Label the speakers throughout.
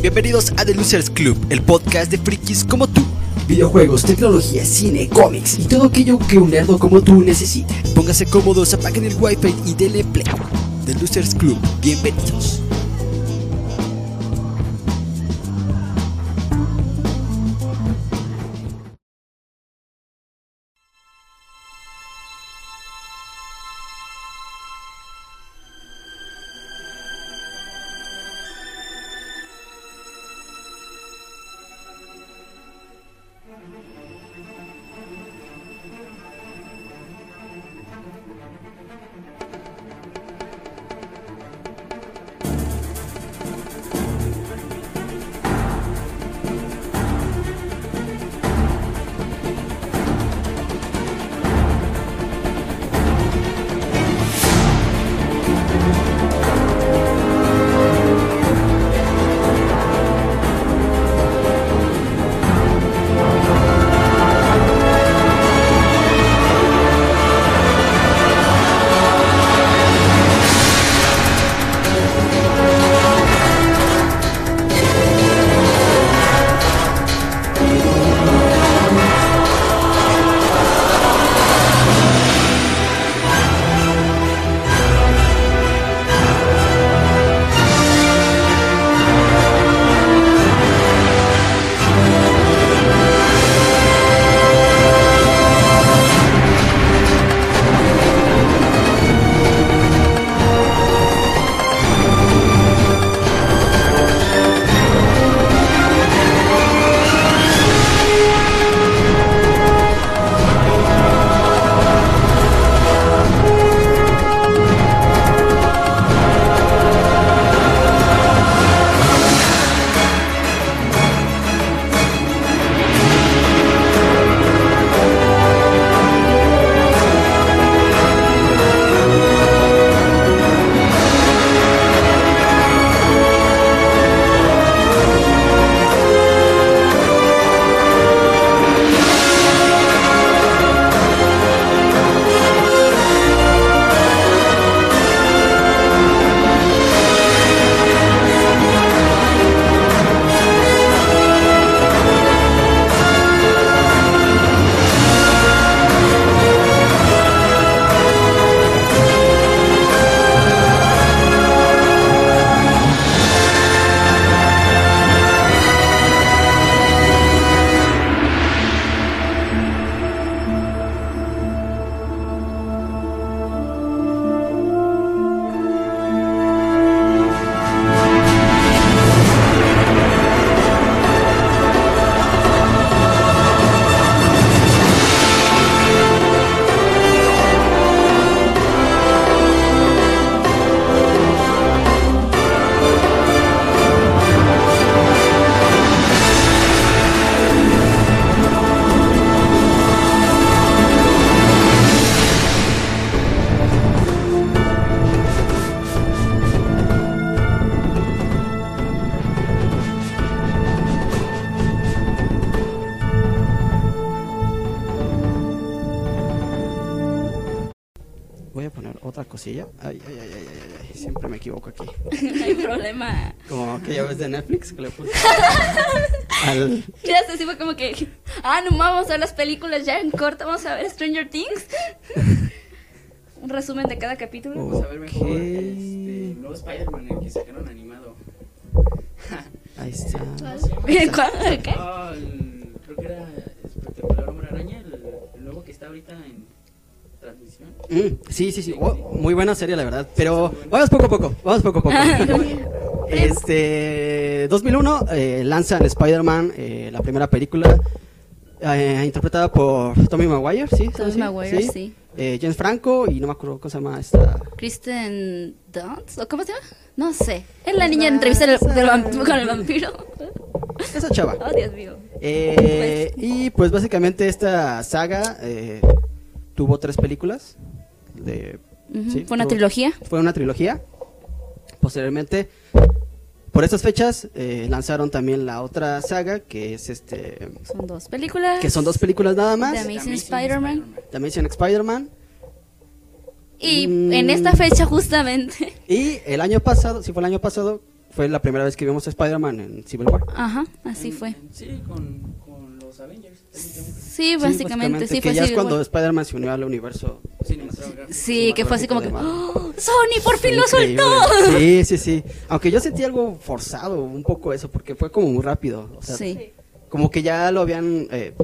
Speaker 1: Bienvenidos a The Losers Club, el podcast de frikis como tú.
Speaker 2: Videojuegos, tecnología, cine, cómics y todo aquello que un nerdo como tú necesita.
Speaker 1: Póngase cómodos, apaguen el wifi y denle play. The Losers Club, bienvenidos.
Speaker 2: Voy a poner otra cosilla. Ay, ay, ay, ay, ay, ay, siempre me equivoco aquí.
Speaker 3: No hay problema.
Speaker 2: Como aquella vez de Netflix que le puse al...
Speaker 3: Mira, así fue como que, ah, no, vamos a ver las películas ya en corto, vamos a ver Stranger Things. Un resumen de cada capítulo.
Speaker 2: Oh.
Speaker 4: Vamos a ver mejor
Speaker 2: Ok.
Speaker 4: este, el nuevo Spider-Man, el que sacaron animado.
Speaker 2: Ahí está.
Speaker 3: ¿Cuál? ¿Qué?
Speaker 4: Ah, el- creo que era espectacular Hombre Araña, el, el nuevo que está ahorita en transmisión.
Speaker 2: Mm, sí, sí, sí. Oh, muy buena serie, la verdad. Pero vamos poco a poco. Vamos poco a poco. este. 2001 eh, lanzan Spider-Man, eh, la primera película. eh, interpretada por Tommy Maguire, ¿sí?
Speaker 3: Tommy
Speaker 2: ¿Sí?
Speaker 3: Maguire, sí.
Speaker 2: Eh, James Franco y no me acuerdo cómo se llama esta.
Speaker 3: Kristen Dunst, ¿o cómo se llama? No sé. Es la niña en entrevista del- del vamp- con el vampiro.
Speaker 2: Esa chava.
Speaker 3: Oh, Dios mío.
Speaker 2: Eh, y pues básicamente esta saga eh, tuvo tres películas. de-
Speaker 3: Ujú,
Speaker 2: sí,
Speaker 3: fue una
Speaker 2: tuvo-
Speaker 3: trilogía.
Speaker 2: Fue una trilogía. Posteriormente, por estas fechas, eh, lanzaron también la otra saga, que es este,
Speaker 3: Son dos películas.
Speaker 2: que son dos películas nada más.
Speaker 3: De Amazing Spider-Man.
Speaker 2: También hicieron Spider-Man.
Speaker 3: Y
Speaker 2: Mm.
Speaker 3: en esta fecha justamente.
Speaker 2: Y el año pasado, si fue el año pasado, fue la primera vez que vimos a Spider-Man en Civil War.
Speaker 3: Ajá, así fue.
Speaker 4: Sí, con, con los Avengers. técnicamente.
Speaker 3: Sí, básicamente, sí,
Speaker 2: que
Speaker 3: fue
Speaker 2: ya
Speaker 3: así.
Speaker 2: es cuando Spider-Man se unió al universo.
Speaker 4: Cinematográfico.
Speaker 3: Sí, que fue así como que...
Speaker 2: cinematográfico
Speaker 3: ¡Oh, ¡Sony, por fin lo
Speaker 2: Increíble.
Speaker 3: soltó!
Speaker 2: Sí, sí, sí. Aunque yo sentí algo forzado, un poco eso, porque fue como muy rápido. O sea,
Speaker 3: Sí,
Speaker 2: como que ya lo habían, eh,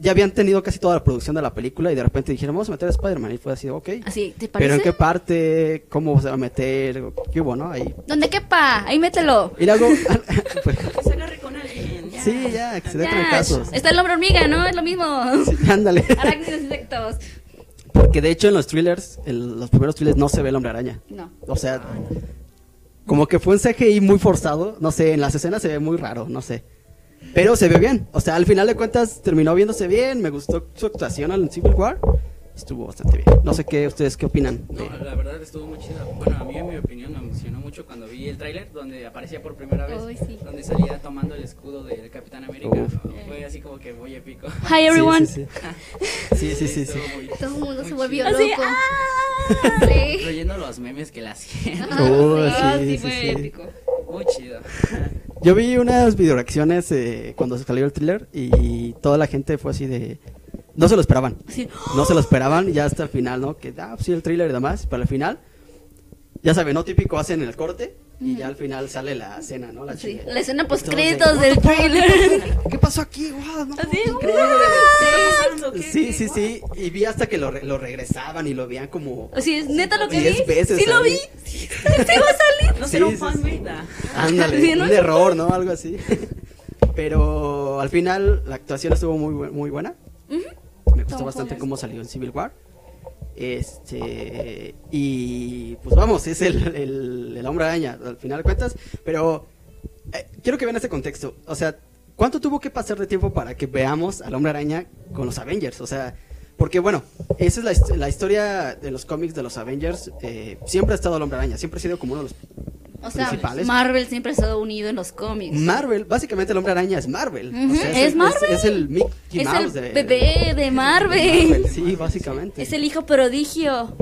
Speaker 2: ya habían tenido casi toda la producción de la película y de repente dijeron, vamos a meter a Spider-Man. Y fue así, ok.
Speaker 3: así, ¿te
Speaker 2: Pero en
Speaker 3: parece?
Speaker 2: qué parte, cómo se va a meter, qué hubo, ¿no? Ahí.
Speaker 3: ¿Dónde quepa? Ahí mételo.
Speaker 2: Y luego, pues,
Speaker 4: Que se agarre con alguien. Ya.
Speaker 2: sí, ya, que se dé
Speaker 3: Ya,
Speaker 2: trancazos.
Speaker 3: está el hombre hormiga, ¿no? Es lo mismo.
Speaker 2: Sí, ándale.
Speaker 3: Arácnidos insectos.
Speaker 2: Porque de hecho en los thrillers, en los primeros thrillers no se ve el hombre araña.
Speaker 3: No.
Speaker 2: O sea, como que fue un CGI muy forzado. No sé, en las escenas se ve muy raro, no sé. Pero se ve bien. O sea, al final de cuentas terminó viéndose bien. Me gustó su actuación en Civil War. Estuvo bastante bien. No sé qué ustedes qué opinan. de-
Speaker 4: No, la verdad estuvo muy chida. Bueno, a mí en mi opinión me emocionó mucho cuando vi el tráiler donde aparecía por primera vez,
Speaker 3: Uy, sí.
Speaker 4: donde salía tomando el escudo del Capitán América.
Speaker 2: Uf.
Speaker 4: Fue así como que muy épico.
Speaker 3: Hi, everyone.
Speaker 2: Sí, sí, sí. Sí, sí, sí, sí.
Speaker 4: Estuvo muy-
Speaker 5: Todo el mundo se
Speaker 4: muy
Speaker 5: volvió
Speaker 4: chido.
Speaker 3: Así,
Speaker 5: loco.
Speaker 3: ¡ah!
Speaker 5: Sí.
Speaker 4: Leyendo los memes que la hacían.
Speaker 2: Oh,
Speaker 3: Ah,
Speaker 2: sí,
Speaker 3: sí,
Speaker 2: sí,
Speaker 3: fue
Speaker 2: sí.
Speaker 3: épico.
Speaker 4: Muy chido.
Speaker 2: Yo vi unas videoreacciones eh, cuando salió el thriller y toda la gente fue así de... No se lo esperaban.
Speaker 3: Así,
Speaker 2: No se lo esperaban ya hasta el final, ¿no? Que, ah, sí, el thriller y demás, para el final, ya saben, ¿no? Típico hacen el corte y ya al final sale la escena, ¿no? La,
Speaker 3: sí,
Speaker 2: chida.
Speaker 3: la escena
Speaker 2: Entonces,
Speaker 3: post créditos del trailer.
Speaker 2: ¿Qué pasó aquí? Guau, no,
Speaker 3: Así, ¡ah!
Speaker 2: increíble.
Speaker 3: ¡guau!
Speaker 2: Sí, sí, sí.
Speaker 4: ah.
Speaker 2: Y vi hasta que lo, re- lo regresaban y lo veían como...
Speaker 3: Así es, neta lo que
Speaker 2: Diez
Speaker 3: vi.
Speaker 2: veces
Speaker 3: sí lo
Speaker 2: ahí.
Speaker 3: vi. Sí, sí va a salir.
Speaker 4: No
Speaker 2: Sí,
Speaker 4: será un
Speaker 2: sí,
Speaker 4: fan
Speaker 2: sí.
Speaker 4: meta.
Speaker 2: Ándale,
Speaker 3: Sí, ¿no?
Speaker 2: un error, ¿no? Algo así. Pero al final la actuación estuvo muy, bu- muy buena. Me gustó
Speaker 3: Tom
Speaker 2: bastante
Speaker 3: Holland.
Speaker 2: cómo salió en Civil War. Este. Y pues vamos, es el, el, el hombre araña, al final de cuentas. Pero eh, quiero que vean este contexto. O sea, ¿cuánto tuvo que pasar de tiempo para que veamos al hombre araña con los Avengers? O sea, porque bueno, esa es la, his- la historia de los cómics de los Avengers. eh, siempre ha estado el hombre araña, siempre ha sido como uno de los
Speaker 3: O sea,
Speaker 2: Principales.
Speaker 3: Marvel siempre ha estado unido en los cómics.
Speaker 2: Marvel, básicamente el hombre araña es Marvel.
Speaker 3: Ujú,
Speaker 2: es,
Speaker 3: es
Speaker 2: el-
Speaker 3: Marvel.
Speaker 2: Es, el Mickey
Speaker 3: es el
Speaker 2: Mouse de-
Speaker 3: bebé de
Speaker 2: de
Speaker 3: Marvel.
Speaker 2: Marvel, Sí, básicamente.
Speaker 3: Es el hijo prodigio.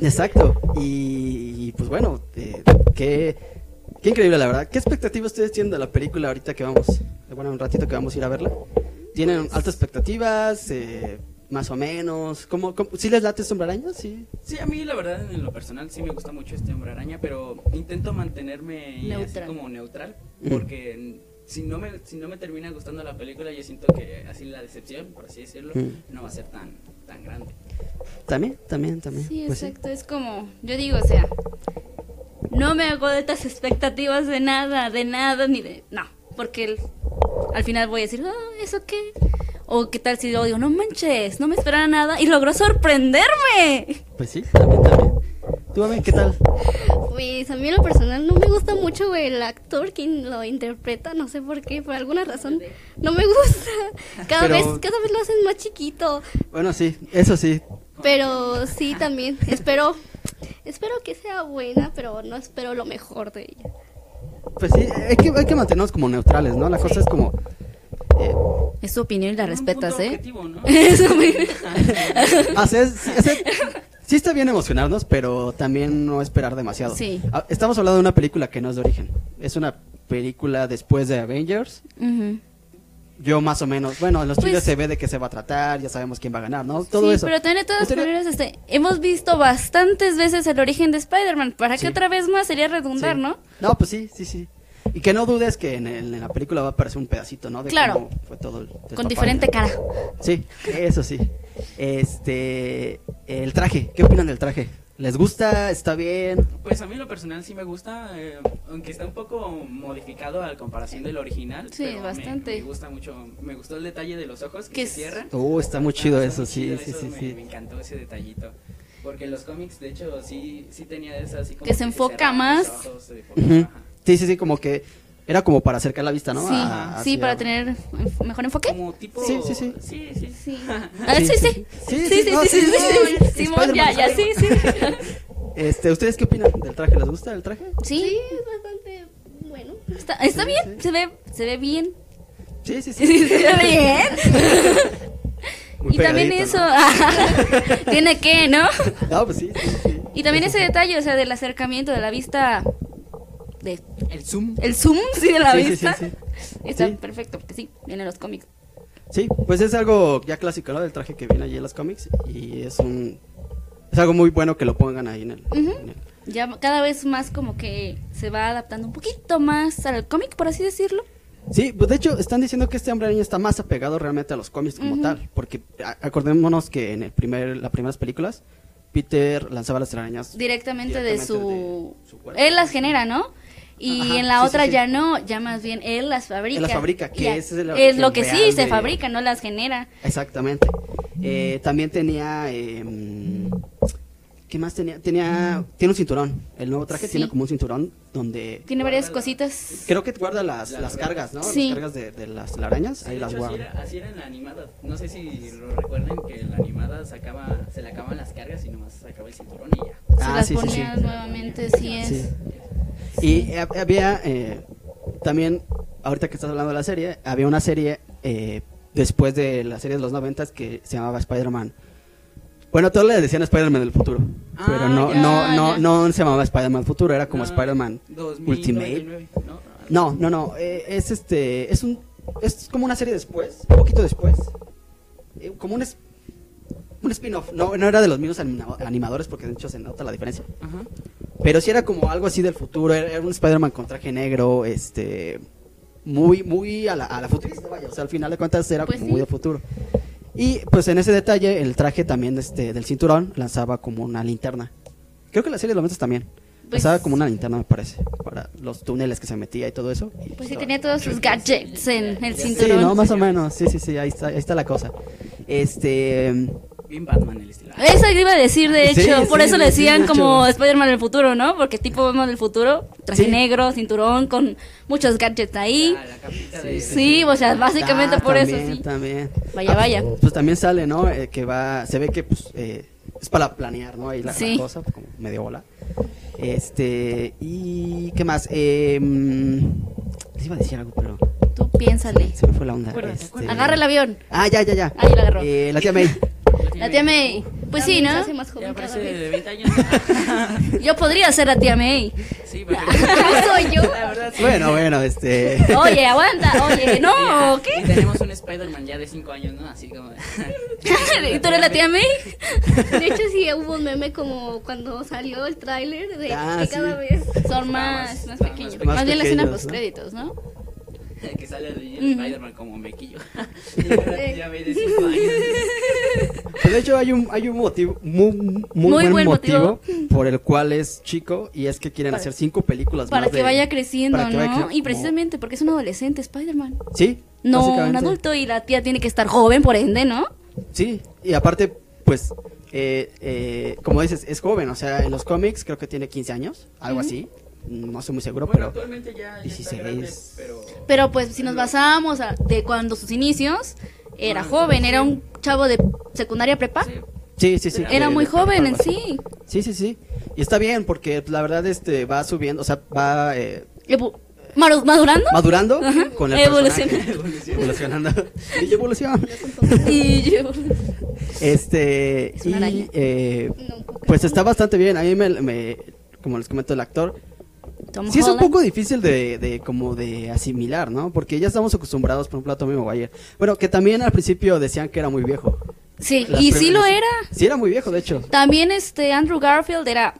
Speaker 2: Exacto. Y, y, pues bueno, eh, qué, qué increíble la verdad. ¿Qué expectativas ustedes tienen de la película ahorita que vamos, eh, bueno, un ratito que vamos a ir a verla? ¿Tienen
Speaker 3: Pues
Speaker 2: altas expectativas? Eh, más o menos. ¿Cómo, cómo- sí les late este hombre araña? Sí.
Speaker 4: Sí, a mí la verdad en lo personal sí me gusta mucho este hombre araña, pero intento mantenerme
Speaker 3: Neutral.
Speaker 4: así como neutral,
Speaker 2: Mm.
Speaker 4: porque n- si no me si no me termina gustando la película, yo siento que así la decepción, por así decirlo,
Speaker 2: Mm.
Speaker 4: no va a ser tan tan grande.
Speaker 2: También, también, también.
Speaker 3: Sí,
Speaker 2: Pues sí.
Speaker 3: exacto. Es como, yo digo, o sea, no me hago de estas expectativas de nada, de nada, ni de. No, porque el- al final voy a decir, "Ah, ¿eso qué? O qué tal si yo digo, no manches, no me esperaba nada y logró sorprenderme.
Speaker 2: Pues sí, también, también. Tú, Amen, ¿qué tal?
Speaker 5: Pues a mí en lo personal no me gusta mucho güey, el actor quien lo interpreta, no sé por qué, por alguna razón no me gusta. Cada
Speaker 2: Pero-
Speaker 5: vez cada vez lo hacen más chiquito,
Speaker 2: Bueno, sí, eso sí.
Speaker 5: pero sí también espero espero que sea buena, pero no espero lo mejor de ella.
Speaker 2: Pues sí, hay que, hay que mantenernos como neutrales, ¿no? La cosa es como... eh,
Speaker 3: Es tu opinión y la
Speaker 4: Un
Speaker 3: respetas,
Speaker 4: punto
Speaker 3: ¿eh?
Speaker 4: objetivo, ¿no?
Speaker 3: Es tu opinión.
Speaker 2: o sea, es- sí, o sea, sí está bien emocionarnos, pero también no esperar demasiado.
Speaker 3: Sí.
Speaker 2: Ah, Estamos hablando de una película que no es de origen. Es una película después de Avengers.
Speaker 3: Ujú.
Speaker 2: Yo más o menos, bueno, en los
Speaker 3: Pues-
Speaker 2: trailers se ve de qué se va a tratar, ya sabemos quién va a ganar, ¿no? Todo
Speaker 3: sí,
Speaker 2: eso.
Speaker 3: pero también de todas
Speaker 2: Entonces,
Speaker 3: maneras, este, hemos visto bastantes veces el origen de Spider-Man. ¿Para
Speaker 2: Sí.
Speaker 3: qué otra vez más sería
Speaker 2: sí.
Speaker 3: redundar, no?
Speaker 2: No, pues sí, sí, sí. Y que no dudes que en, el- en la película va a aparecer un pedacito, ¿no? De
Speaker 3: Claro.
Speaker 2: cómo fue todo el
Speaker 3: Con
Speaker 2: destapalle,
Speaker 3: diferente
Speaker 2: ¿no?
Speaker 3: cara.
Speaker 2: Sí, eso sí. Este, el traje, ¿qué opinan del traje? ¿Les gusta? ¿Está bien?
Speaker 4: Pues a mí lo personal sí me gusta, eh, aunque está un poco modificado a comparación del original.
Speaker 3: Sí,
Speaker 4: pero me-
Speaker 3: bastante.
Speaker 4: Me, gusta mucho, me gustó el detalle de los ojos que,
Speaker 3: Que
Speaker 4: se
Speaker 3: es-
Speaker 4: cierran.
Speaker 2: Oh, está muy chido
Speaker 4: Ah, está
Speaker 2: eso,
Speaker 4: muy
Speaker 2: sí,
Speaker 4: chido,
Speaker 2: sí,
Speaker 4: eso
Speaker 2: sí,
Speaker 4: me, Me
Speaker 2: sí.
Speaker 4: encantó ese detallito. Porque en los cómics, de hecho, sí, sí tenía eso así como.
Speaker 3: Que se enfoca
Speaker 4: cerraban
Speaker 3: más.
Speaker 4: los ojos, se enfoca,
Speaker 2: Ujú.
Speaker 4: ajá.
Speaker 2: Sí, sí, sí, como que era como para acercar la vista, Ah, ¿no?
Speaker 3: Sí,
Speaker 2: A-
Speaker 3: sí,
Speaker 2: hacia-
Speaker 3: para tener enf- mejor enfoque.
Speaker 4: Como tipo.
Speaker 2: Sí, sí, sí.
Speaker 4: Sí, sí, sí.
Speaker 3: Ah, sí, sí.
Speaker 2: Sí,
Speaker 3: Sí,
Speaker 2: sí,
Speaker 3: sí,
Speaker 2: no,
Speaker 3: sí, sí,
Speaker 2: sí,
Speaker 3: sí,
Speaker 2: sí,
Speaker 3: sí.
Speaker 2: sí,
Speaker 3: Simón, ya, ya, sí, sí.
Speaker 2: Este, ¿ustedes qué opinan del traje? ¿Les gusta el traje?
Speaker 3: Sí,
Speaker 5: Es bastante bueno.
Speaker 3: está, está
Speaker 2: Sí,
Speaker 3: bien,
Speaker 2: sí.
Speaker 3: se ve, se ve bien.
Speaker 2: Sí, sí, sí.
Speaker 3: Sí, se ve bien.
Speaker 2: Muy
Speaker 3: Y también
Speaker 2: pegadito,
Speaker 3: eso,
Speaker 2: ¿no?
Speaker 3: tiene que, ¿no?
Speaker 2: No, pues sí, sí, sí.
Speaker 3: Y también ese detalle, o sea, del acercamiento, de la vista, de
Speaker 4: El Zoom.
Speaker 3: el zoom, sí, de la
Speaker 2: Sí, sí,
Speaker 3: vista.
Speaker 2: sí,
Speaker 3: Está
Speaker 2: Sí.
Speaker 3: perfecto, porque sí, vienen los cómics.
Speaker 2: Sí, pues es algo ya clásico, ¿no? Del traje que viene allí en los cómics. Y es un. Es algo muy bueno que lo pongan ahí en el.
Speaker 3: Ujú.
Speaker 2: en el-
Speaker 3: Ya cada vez más como que se va adaptando un poquito más al cómic, por así decirlo.
Speaker 2: Sí, pues de hecho están diciendo que este hombre araña está más apegado realmente a los cómics como
Speaker 3: Ujú.
Speaker 2: tal. Porque a- acordémonos que en el primer, las primeras películas, Peter lanzaba las arañas.
Speaker 3: directamente de
Speaker 2: Directamente
Speaker 3: su...
Speaker 2: de su cuerpo.
Speaker 3: él las genera, ¿no? Y
Speaker 2: Ajá,
Speaker 3: en la
Speaker 2: sí,
Speaker 3: otra
Speaker 2: sí, sí.
Speaker 3: ya no, ya más bien él las fabrica.
Speaker 2: Él las fabrica, que
Speaker 3: Ya.
Speaker 2: esa es la
Speaker 3: es lo
Speaker 2: versión
Speaker 3: que sí
Speaker 2: real
Speaker 3: se
Speaker 2: de-
Speaker 3: fabrica, no las genera.
Speaker 2: Exactamente. Eh, también tenía. eh, mm, ¿Qué más tenía? Tenía. Tiene un cinturón. El nuevo traje
Speaker 3: Sí.
Speaker 2: tiene como un cinturón donde.
Speaker 3: Tiene
Speaker 4: Guarda
Speaker 3: varias
Speaker 4: la-
Speaker 3: cositas.
Speaker 2: Creo que guarda las,
Speaker 4: La
Speaker 2: las
Speaker 4: verdad.
Speaker 2: cargas, ¿no?
Speaker 3: Sí.
Speaker 2: Las cargas de, de las arañas.
Speaker 4: Sí,
Speaker 2: ahí
Speaker 4: de
Speaker 2: las
Speaker 4: hecho, así,
Speaker 2: guarda.
Speaker 4: era, así era en la animada. No sé si lo recuerden que en la animada sacaba, se le acababan las cargas y nomás sacaba el cinturón y ya.
Speaker 3: Se
Speaker 2: Ah,
Speaker 3: las
Speaker 2: sí, sí, sí.
Speaker 3: ponía nuevamente, sí es.
Speaker 2: Sí. Y eh, había eh, también, ahorita que estás hablando de la serie, había una serie eh, después de la serie de los noventas que se llamaba Spider-Man. Bueno, todos le decían Spider-Man del futuro,
Speaker 4: Ah,
Speaker 2: pero no,
Speaker 3: ya,
Speaker 2: no, no,
Speaker 3: ya.
Speaker 2: no se llamaba Spider-Man futuro, era como
Speaker 4: No,
Speaker 2: Spider-Man
Speaker 4: 2000,
Speaker 2: Ultimate.
Speaker 4: 99, ¿no?
Speaker 2: No, no, no, eh, es este, es un, es como una serie después, un poquito después, eh, como un, es- un spin-off, no, no era de los mismos anima- animadores porque de hecho se nota la diferencia.
Speaker 4: Ajá.
Speaker 2: Pero sí era como algo así del futuro, era, era un Spider-Man con traje negro, este muy, muy a la, a la futurista, vaya, o sea, al final de cuentas era
Speaker 3: Pues
Speaker 2: como
Speaker 3: sí.
Speaker 2: muy de futuro. Y pues en ese detalle, el traje también este, del cinturón lanzaba como una linterna. Creo que la serie de los momentos también.
Speaker 3: Pues-
Speaker 2: lanzaba como una linterna, me parece, para los túneles que se metía y todo eso. Y
Speaker 3: Pues sí
Speaker 2: estaba-
Speaker 3: tenía todos sus gadgets en el
Speaker 2: Sí,
Speaker 3: cinturón.
Speaker 2: no, más o menos, sí, sí, sí, ahí está, ahí está la cosa. Este...
Speaker 4: Bien Batman el estilo.
Speaker 3: Eso iba a decir, de
Speaker 2: Sí,
Speaker 3: hecho, por
Speaker 2: sí,
Speaker 3: eso le
Speaker 2: sí, de
Speaker 3: decían
Speaker 2: hecho.
Speaker 3: como Spider-Man del futuro, ¿no? Porque tipo vemos del futuro, traje
Speaker 2: Sí.
Speaker 3: negro, cinturón, con muchos gadgets ahí.
Speaker 4: Ah, la capita de...
Speaker 3: Sí, o sea, básicamente
Speaker 2: Ah,
Speaker 3: por eso,
Speaker 2: también,
Speaker 3: sí.
Speaker 2: También.
Speaker 3: Vaya,
Speaker 2: Ah,
Speaker 3: vaya.
Speaker 2: Pues, pues también sale, ¿no? Eh, que va, se ve que pues eh, es para planear, ¿no? Ahí la, la
Speaker 3: Sí.
Speaker 2: cosa, pues, como medio bola. Este, y ¿qué más? Eh, mm, les iba a decir algo, pero
Speaker 3: Tú piénsale.
Speaker 2: se me fue la onda.
Speaker 4: Acuérdate,
Speaker 2: Este-
Speaker 4: acuérdate.
Speaker 3: Agarra el avión.
Speaker 2: Ah, ya, ya, ya.
Speaker 3: Ahí la agarró.
Speaker 2: Eh, la tía May.
Speaker 3: La tía May. Pues sí,
Speaker 5: También
Speaker 3: ¿no?
Speaker 5: se hace más
Speaker 4: Ya
Speaker 5: joven cada
Speaker 4: parece
Speaker 5: vez.
Speaker 4: de 20 años.
Speaker 3: Yo podría ser la tía May.
Speaker 4: sí, pero...
Speaker 5: Soy yo.
Speaker 4: La verdad, sí.
Speaker 2: bueno, bueno, este.
Speaker 3: Oye, aguanta. Oye, no,
Speaker 4: Mira, Y
Speaker 3: ¿qué?
Speaker 4: tenemos un Spider-Man ya de 5 años, ¿no? Así como...
Speaker 3: ¿Y tú eres la tía May?
Speaker 5: De hecho, sí hubo un meme como cuando salió el tráiler de
Speaker 2: Ah,
Speaker 5: que
Speaker 2: sí.
Speaker 5: cada vez.
Speaker 3: Son más, más
Speaker 4: Más
Speaker 3: pequeños.
Speaker 2: pequeños,
Speaker 3: Más bien la escena
Speaker 2: ¿no?
Speaker 3: post créditos, ¿no?
Speaker 4: que sale el
Speaker 3: Ujú. Eh.
Speaker 4: Spider-Man como mequillo. Y ahora la tía May de 5 años.
Speaker 2: Pues, de hecho, hay un, hay un motivo, muy, muy,
Speaker 3: Muy
Speaker 2: buen,
Speaker 3: buen
Speaker 2: motivo,
Speaker 3: motivo.
Speaker 2: por el cual es chico y es que quieren hacer cinco películas
Speaker 3: Para
Speaker 2: más
Speaker 3: que
Speaker 2: de-
Speaker 3: vaya creciendo,
Speaker 2: para que vaya
Speaker 3: ¿no?
Speaker 2: creciendo
Speaker 3: Y
Speaker 2: como-
Speaker 3: precisamente porque es un adolescente Spider-Man.
Speaker 2: Sí.
Speaker 3: No un
Speaker 2: básicamente.
Speaker 3: adulto y la tía tiene que estar joven, por ende, ¿no?
Speaker 2: Sí, y aparte, pues, eh, eh, como dices, es joven, o sea, en los cómics creo que tiene 15 años, algo así, no estoy muy seguro,
Speaker 4: Bueno,
Speaker 2: pero...
Speaker 4: actualmente ya, ya está
Speaker 2: 16.
Speaker 4: grande, pero...
Speaker 3: Pero pues si nos basamos a- de cuando sus inicios, era
Speaker 4: Ah,
Speaker 3: joven,
Speaker 4: sí.
Speaker 3: era un chavo de secundaria prepa.
Speaker 4: Sí,
Speaker 2: Sí, sí, sí.
Speaker 3: Era
Speaker 2: de-
Speaker 3: muy
Speaker 2: de- de-
Speaker 3: joven
Speaker 2: algo
Speaker 3: en
Speaker 2: así.
Speaker 3: sí.
Speaker 2: Sí, sí, sí. Y está bien, porque la verdad este va subiendo, o sea, va eh,
Speaker 3: Evo- maru- ¿Madurando?
Speaker 2: madurando
Speaker 3: Ajá.
Speaker 2: con el
Speaker 3: Evolucionando.
Speaker 2: personaje. Evolucionando. Y evolución.
Speaker 3: Y yo-
Speaker 2: Este,
Speaker 3: Es
Speaker 2: y,
Speaker 3: una araña.
Speaker 2: eh,
Speaker 5: No, un poco.
Speaker 2: pues está bastante bien. A mí me, me- como les comento, el actor
Speaker 3: Tom
Speaker 2: Sí, es un
Speaker 3: Holland.
Speaker 2: poco difícil de, de como de asimilar, ¿no? Porque ya estamos acostumbrados, por ejemplo, a Tommy Maguire. Bueno, que también al principio decían que era muy viejo.
Speaker 3: Sí,
Speaker 2: Las
Speaker 3: y
Speaker 2: primeras-
Speaker 3: sí lo era.
Speaker 2: Sí, era muy viejo, de hecho.
Speaker 3: También este Andrew Garfield era...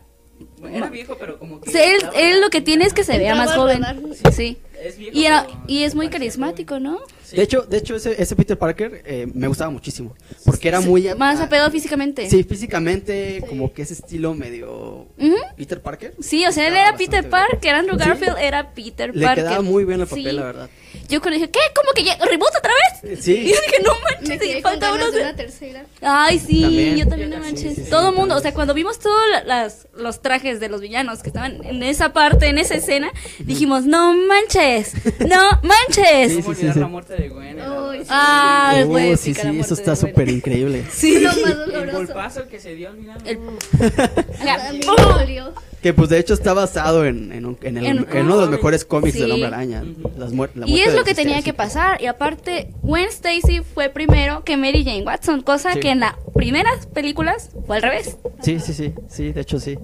Speaker 4: Bueno, era viejo, pero como que...
Speaker 3: Sí, él,
Speaker 4: estaba-
Speaker 3: él lo que tiene es que se vea
Speaker 5: Entraba
Speaker 3: más
Speaker 5: al
Speaker 3: joven.
Speaker 5: radar.
Speaker 3: Sí.
Speaker 4: Es viejo,
Speaker 3: Y, era,
Speaker 4: pero
Speaker 3: y es muy
Speaker 4: parecía
Speaker 3: carismático,
Speaker 4: joven.
Speaker 3: ¿no?
Speaker 4: Sí.
Speaker 2: De hecho, de hecho ese, ese Peter Parker eh, me gustaba muchísimo. Porque era muy...
Speaker 3: Más
Speaker 2: ah,
Speaker 3: apegado físicamente.
Speaker 2: Sí, físicamente, como que ese estilo medio...
Speaker 3: Ujú.
Speaker 2: Peter Parker.
Speaker 3: Sí, o sea, él
Speaker 2: Estaba
Speaker 3: era Peter
Speaker 2: bastante bien.
Speaker 3: Parker, Andrew
Speaker 2: Sí.
Speaker 3: Garfield era Peter
Speaker 2: Le
Speaker 3: Parker.
Speaker 2: quedaba muy bien el papel,
Speaker 3: Sí.
Speaker 2: la verdad.
Speaker 3: Yo cuando dije, ¿qué? ¿Cómo que ya? ¿Reboot otra vez?
Speaker 2: Sí.
Speaker 3: Y yo dije, no manches,
Speaker 5: Me
Speaker 3: y
Speaker 5: quedé con
Speaker 3: falta
Speaker 5: ganas
Speaker 3: uno.
Speaker 5: de una tercera.
Speaker 3: Ay, sí,
Speaker 2: También.
Speaker 3: yo también, no
Speaker 2: Sí,
Speaker 3: manches.
Speaker 2: sí, sí,
Speaker 3: todo el
Speaker 2: también.
Speaker 3: mundo, o sea, cuando vimos todos la- las, los trajes de los villanos que estaban en esa parte, en esa escena, dijimos, no manches, no manches.
Speaker 4: ¿Cómo
Speaker 2: Sí, sí, sí,
Speaker 4: olvidar
Speaker 2: sí.
Speaker 4: la muerte de Gwen? El-
Speaker 5: Ay, sí.
Speaker 3: Ay, Ah,
Speaker 2: Oh,
Speaker 3: güey,
Speaker 2: sí,
Speaker 3: pica
Speaker 2: sí,
Speaker 3: la
Speaker 2: eso
Speaker 3: muerte
Speaker 2: está
Speaker 3: de Gwen.
Speaker 2: súper increíble.
Speaker 3: Sí.
Speaker 5: Lo más
Speaker 4: El
Speaker 5: doloroso.
Speaker 4: golpazo que se dio al final.
Speaker 3: El-
Speaker 5: A mí me
Speaker 3: ¡Pum!
Speaker 5: dolió.
Speaker 2: Que pues de hecho está basado en, en, un- en el-
Speaker 3: En un
Speaker 2: en uno de los
Speaker 3: cómic.
Speaker 2: mejores cómics del
Speaker 3: Sí.
Speaker 2: Hombre Araña. las muer- la
Speaker 3: Y
Speaker 2: muerte
Speaker 3: es lo
Speaker 2: del
Speaker 3: que tenía que
Speaker 2: Stacy.
Speaker 3: pasar. Y aparte, Gwen Stacy fue primero que Mary Jane Watson, cosa
Speaker 2: Sí.
Speaker 3: que en las primeras películas fue al revés.
Speaker 2: Sí, sí, sí, sí, de hecho sí.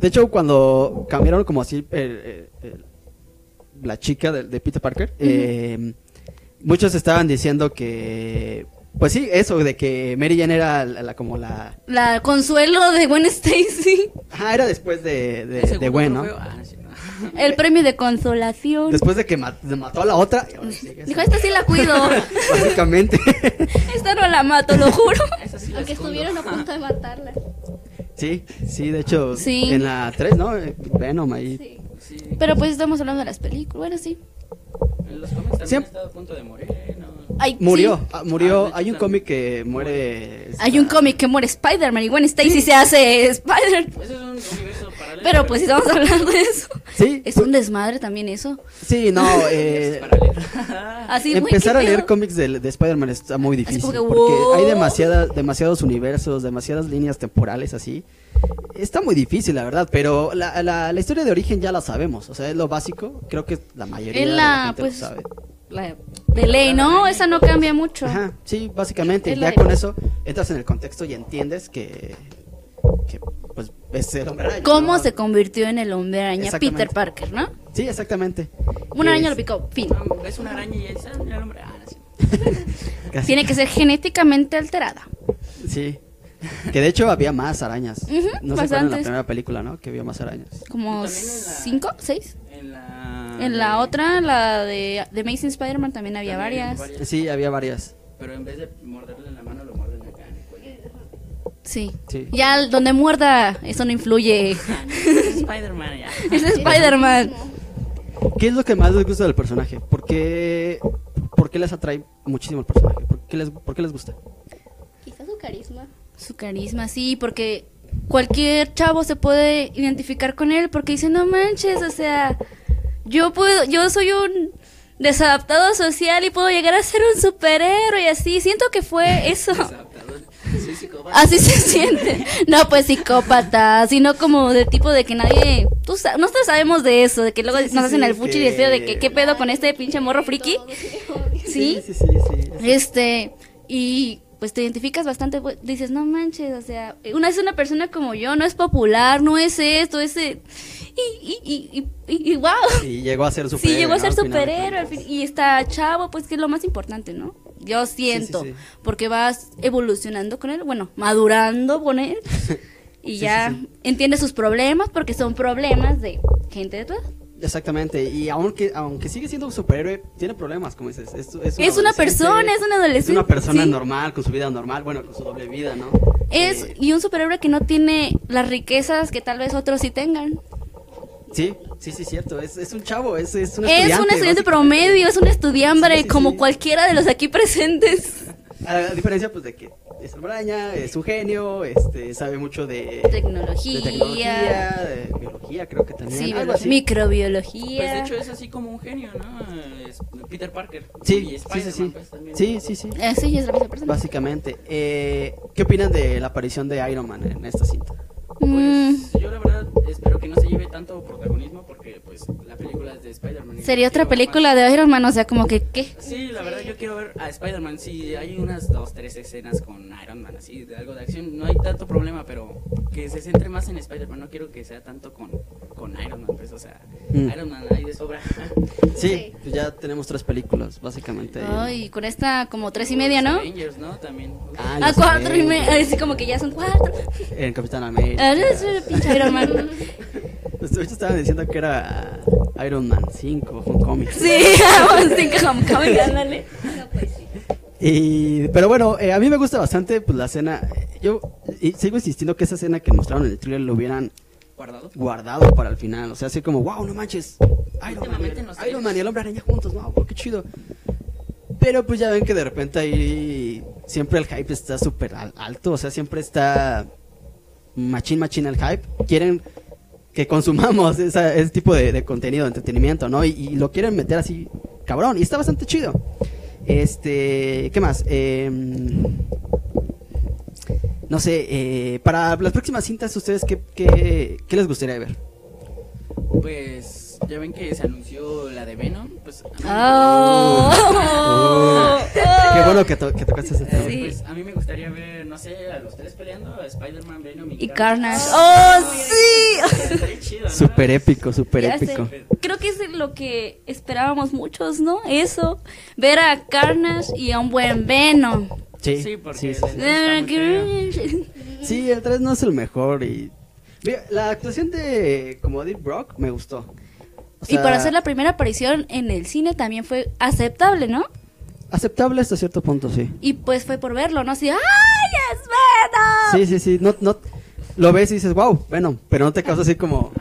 Speaker 2: De hecho, cuando cambiaron como así el- el- el- la chica de, de Peter Parker, eh, muchos estaban diciendo que, pues sí, eso, de que Mary Jane era la, la- como la...
Speaker 3: La consuelo de Gwen Stacy.
Speaker 2: Ah, era después de,
Speaker 4: El
Speaker 2: de, de
Speaker 4: segundo
Speaker 2: Gwen, ¿no?
Speaker 4: trofeo, ah, sí, no.
Speaker 3: El premio de consolación.
Speaker 2: Después de que mat- mató a la otra. y ahora sigue
Speaker 3: Dijo,
Speaker 2: así.
Speaker 3: esta sí la cuido.
Speaker 2: Básicamente.
Speaker 3: esta no la mato, lo juro.
Speaker 4: Esa sí la
Speaker 5: Aunque
Speaker 4: escondo.
Speaker 5: estuvieron a punto de matarla.
Speaker 2: sí, sí, de hecho,
Speaker 3: Sí.
Speaker 2: en la 3, ¿no? Venom ahí.
Speaker 5: Sí.
Speaker 4: Sí,
Speaker 3: Pero pues estamos hablando de las películas. Bueno, sí.
Speaker 4: en los cómics también
Speaker 2: Siempre-
Speaker 4: ha estado a punto de morir, ¿eh? No.
Speaker 3: Ay,
Speaker 2: Murió,
Speaker 3: sí.
Speaker 2: ah, murió.
Speaker 4: Ah, de hecho,
Speaker 2: Hay un
Speaker 4: también.
Speaker 2: cómic que muere.
Speaker 3: Hay un
Speaker 2: esta-
Speaker 3: cómic que muere Spider-Man y Gwen Stacy se hace Spider.
Speaker 4: Eso es un universo paralelo.
Speaker 3: Pero pues estamos hablando de eso.
Speaker 2: Sí,
Speaker 3: Es un desmadre también eso.
Speaker 2: sí, no. eh,
Speaker 3: Así, güey,
Speaker 2: empezar
Speaker 3: ¿qué
Speaker 2: a leer
Speaker 3: pedo?
Speaker 2: cómics de, de Spider-Man está muy difícil.
Speaker 3: como que,
Speaker 2: porque
Speaker 3: wow.
Speaker 2: hay demasiada, demasiados universos, demasiadas líneas temporales así. Está muy difícil, la verdad. Pero la, la- la historia de origen ya la sabemos. O sea, es lo básico. Creo que la mayoría
Speaker 3: Es
Speaker 2: de
Speaker 3: la,
Speaker 2: la gente
Speaker 3: pues,
Speaker 2: lo sabe.
Speaker 3: La de ley, ¿no? Esa no cambia mucho.
Speaker 2: Ajá, sí, básicamente.
Speaker 3: Es la
Speaker 2: Ya
Speaker 3: de-
Speaker 2: con eso entras en el contexto y entiendes que. que, pues, es el hombre araña,
Speaker 3: ¿Cómo
Speaker 2: ¿no?
Speaker 3: se convirtió en el hombre araña
Speaker 2: Exactamente.
Speaker 3: Peter Parker, no?
Speaker 2: Sí, exactamente.
Speaker 3: Una araña
Speaker 2: Es-
Speaker 3: lo picó, fin.
Speaker 4: No, Es una araña y ahí está, mira el hombre. Ah, sí.
Speaker 2: casi-
Speaker 3: Tiene que ser genéticamente alterada.
Speaker 2: Sí. Que de hecho había más arañas.
Speaker 3: Ujú,
Speaker 2: no se acuerdan en la
Speaker 3: bastantes.
Speaker 2: primera película, ¿no? Que había más arañas.
Speaker 3: Como
Speaker 4: Y también en la-
Speaker 3: cinco, seis.
Speaker 4: En la.
Speaker 3: En la otra, la de, de Amazing Spider-Man, también había
Speaker 4: También
Speaker 3: varias.
Speaker 4: varias.
Speaker 2: Sí, había varias.
Speaker 4: Pero en vez de morderle la mano, lo muerden acá en el cuello.
Speaker 3: Sí.
Speaker 2: Sí.
Speaker 3: Ya el- donde muerda, eso no influye.
Speaker 4: Es Spider-Man ya.
Speaker 3: es Spider-Man.
Speaker 2: ¿Qué es lo que más les gusta del personaje? ¿Por qué, por qué les atrae muchísimo el personaje? ¿Por qué les, por qué les gusta?
Speaker 5: Quizás su carisma.
Speaker 3: Su carisma, sí, porque cualquier chavo se puede identificar con él porque dice, no manches, o sea, yo puedo, yo soy un desadaptado social y puedo llegar a ser un superhéroe y así. Siento que fue eso.
Speaker 4: Adaptador. Soy psicópata.
Speaker 3: Así se siente. No, pues psicópata, sino como del tipo de que nadie. Tú sa- nosotros sabemos de eso, de que luego
Speaker 2: Sí, sí,
Speaker 3: nos hacen
Speaker 2: sí,
Speaker 3: el fuchi
Speaker 2: que-
Speaker 3: y deseo de que qué pedo con este pinche morro friki. Sí.
Speaker 2: Sí, sí, sí. sí.
Speaker 3: Este, y pues te identificas bastante, pues, dices, no manches, o sea, una es una persona como yo, no es popular, no es esto, es... eh, Y, y, y, y, y- y wow.
Speaker 2: Y llegó a ser superhéroe.
Speaker 3: Sí, llegó a
Speaker 2: ¿no?
Speaker 3: ser
Speaker 2: Al final de
Speaker 3: superhéroe al
Speaker 2: cuentas.
Speaker 3: fin, y está chavo, pues que es lo más importante, ¿no? Yo siento,
Speaker 2: sí.
Speaker 3: porque vas evolucionando con él, bueno, madurando con él y
Speaker 2: Sí,
Speaker 3: ya
Speaker 2: sí, sí.
Speaker 3: entiendes sus problemas porque son problemas de gente de tu edad.
Speaker 2: Exactamente. Y aunque, aunque sigue siendo un superhéroe, tiene problemas, como dices. Es, es, un
Speaker 3: Es una
Speaker 2: adolescente,
Speaker 3: persona, es un adolescente,
Speaker 2: Es una persona
Speaker 3: sí.
Speaker 2: normal, con su vida normal, bueno, con su doble vida, ¿no?
Speaker 3: Es
Speaker 2: Eh,
Speaker 3: y un superhéroe que no tiene las riquezas que tal vez otros sí tengan.
Speaker 2: Sí, sí, sí, cierto. Es, es un chavo, es, es un
Speaker 3: Es
Speaker 2: estudiante.
Speaker 3: un estudiante
Speaker 2: básicamente.
Speaker 3: promedio, es un estudiambre
Speaker 2: Sí, sí,
Speaker 3: como
Speaker 2: sí.
Speaker 3: cualquiera de los aquí presentes.
Speaker 2: A la diferencia, pues, de que es una araña, es un genio, este, sabe mucho de...
Speaker 3: Tecnología.
Speaker 2: De tecnología, de biología, creo que también.
Speaker 3: Sí,
Speaker 2: algo
Speaker 3: biología,
Speaker 2: así.
Speaker 3: microbiología.
Speaker 4: Pues de hecho es así como un genio, ¿no? Es Peter Parker.
Speaker 2: Sí,
Speaker 4: Y
Speaker 2: sí, sí,
Speaker 4: Spider-Man,
Speaker 2: sí.
Speaker 4: pues, también.
Speaker 2: Sí, sí, sí.
Speaker 3: Eh, sí, es la misma persona.
Speaker 2: Básicamente. Eh, ¿Qué opinan de la aparición de Iron Man en esta cinta?
Speaker 3: Mm,
Speaker 4: Pues yo la verdad espero que no se lleve tanto protagonismo porque pues la película es de Spider-Man. y
Speaker 3: sería
Speaker 4: yo
Speaker 3: otra
Speaker 4: quiero
Speaker 3: película
Speaker 4: más.
Speaker 3: de Iron Man, o sea, como que, ¿qué?
Speaker 4: Sí, la verdad yo quiero ver a Spider-Man. Sí, hay unas dos, tres escenas con Iron Man, así, de algo de acción. No hay tanto problema, pero que se centre más en Spider-Man. No quiero que sea tanto con, con Iron Man, pues, o sea,
Speaker 2: Mm.
Speaker 4: Iron Man hay de sobra.
Speaker 2: Sí, pues ya tenemos tres películas, básicamente.
Speaker 3: Ay, con esta como tres y media, ¿no?
Speaker 4: Los Avengers, ¿no? También.
Speaker 2: Ah,
Speaker 3: A
Speaker 2: los
Speaker 3: cuatro y media,
Speaker 2: Avengers,
Speaker 3: así como que ya son cuatro.
Speaker 2: En Capitán
Speaker 3: Ah,
Speaker 2: América.
Speaker 3: es el pinche Iron Man.
Speaker 2: Pues, de hecho, estaban diciendo que era Iron Man 5, Homecoming.
Speaker 3: Sí, vamos, cinco homecoming, ándale.
Speaker 2: Y, pero bueno, eh, a mí me gusta bastante pues, la escena. Yo y sigo insistiendo que esa escena que mostraron en el thriller lo hubieran
Speaker 4: Guardado.
Speaker 2: guardado para el final. O sea, así como, wow, no manches. Iron Man,
Speaker 4: Últimamente nos
Speaker 2: Iron Man y el hombre araña juntos, wow, qué chido. Pero pues ya ven que de repente ahí siempre el hype está súper al- alto. O sea, siempre está machín, machín el hype. Quieren que consumamos esa- ese tipo de, de contenido, de entretenimiento, ¿no? Y, y lo quieren meter así, cabrón. Y está bastante chido. Este, ¿qué más? Em, no sé, eh, para las próximas cintas, ¿ustedes qué, qué, qué les gustaría ver?
Speaker 4: Pues ya ven que se anunció la de Venom, pues a mí,
Speaker 3: Ah, Oh.
Speaker 2: Qué bueno que, to- que tocaste ese tema.
Speaker 4: eh,
Speaker 3: sí.
Speaker 4: pues, a mí me gustaría ver, no sé, a los tres peleando, a Spider-Man, Venom
Speaker 3: Y
Speaker 4: Carnage.
Speaker 3: Carnage. ¡Oh, sí!
Speaker 4: Estaría chido, ¿no?
Speaker 2: Súper épico, súper
Speaker 3: Ya sé.
Speaker 2: épico.
Speaker 3: Creo que es lo que esperábamos muchos, ¿no? Eso. Ver a Carnage y a un buen Venom.
Speaker 2: Sí,
Speaker 4: Sí, porque
Speaker 2: sí, sí.
Speaker 4: el- Está muy
Speaker 2: Sí, el 3 no es el mejor y... Mira, la actuación de como Eddie Brock me gustó. O
Speaker 3: Y
Speaker 2: sea,
Speaker 3: para hacer la primera aparición en el cine también fue aceptable, ¿no?
Speaker 2: Aceptable hasta cierto punto, sí.
Speaker 3: Y pues fue por verlo, ¿no? Así, ¡ay, es Venom!
Speaker 2: Sí, sí, sí. No, no, lo ves y dices, wow, Venom, pero no te causa así como...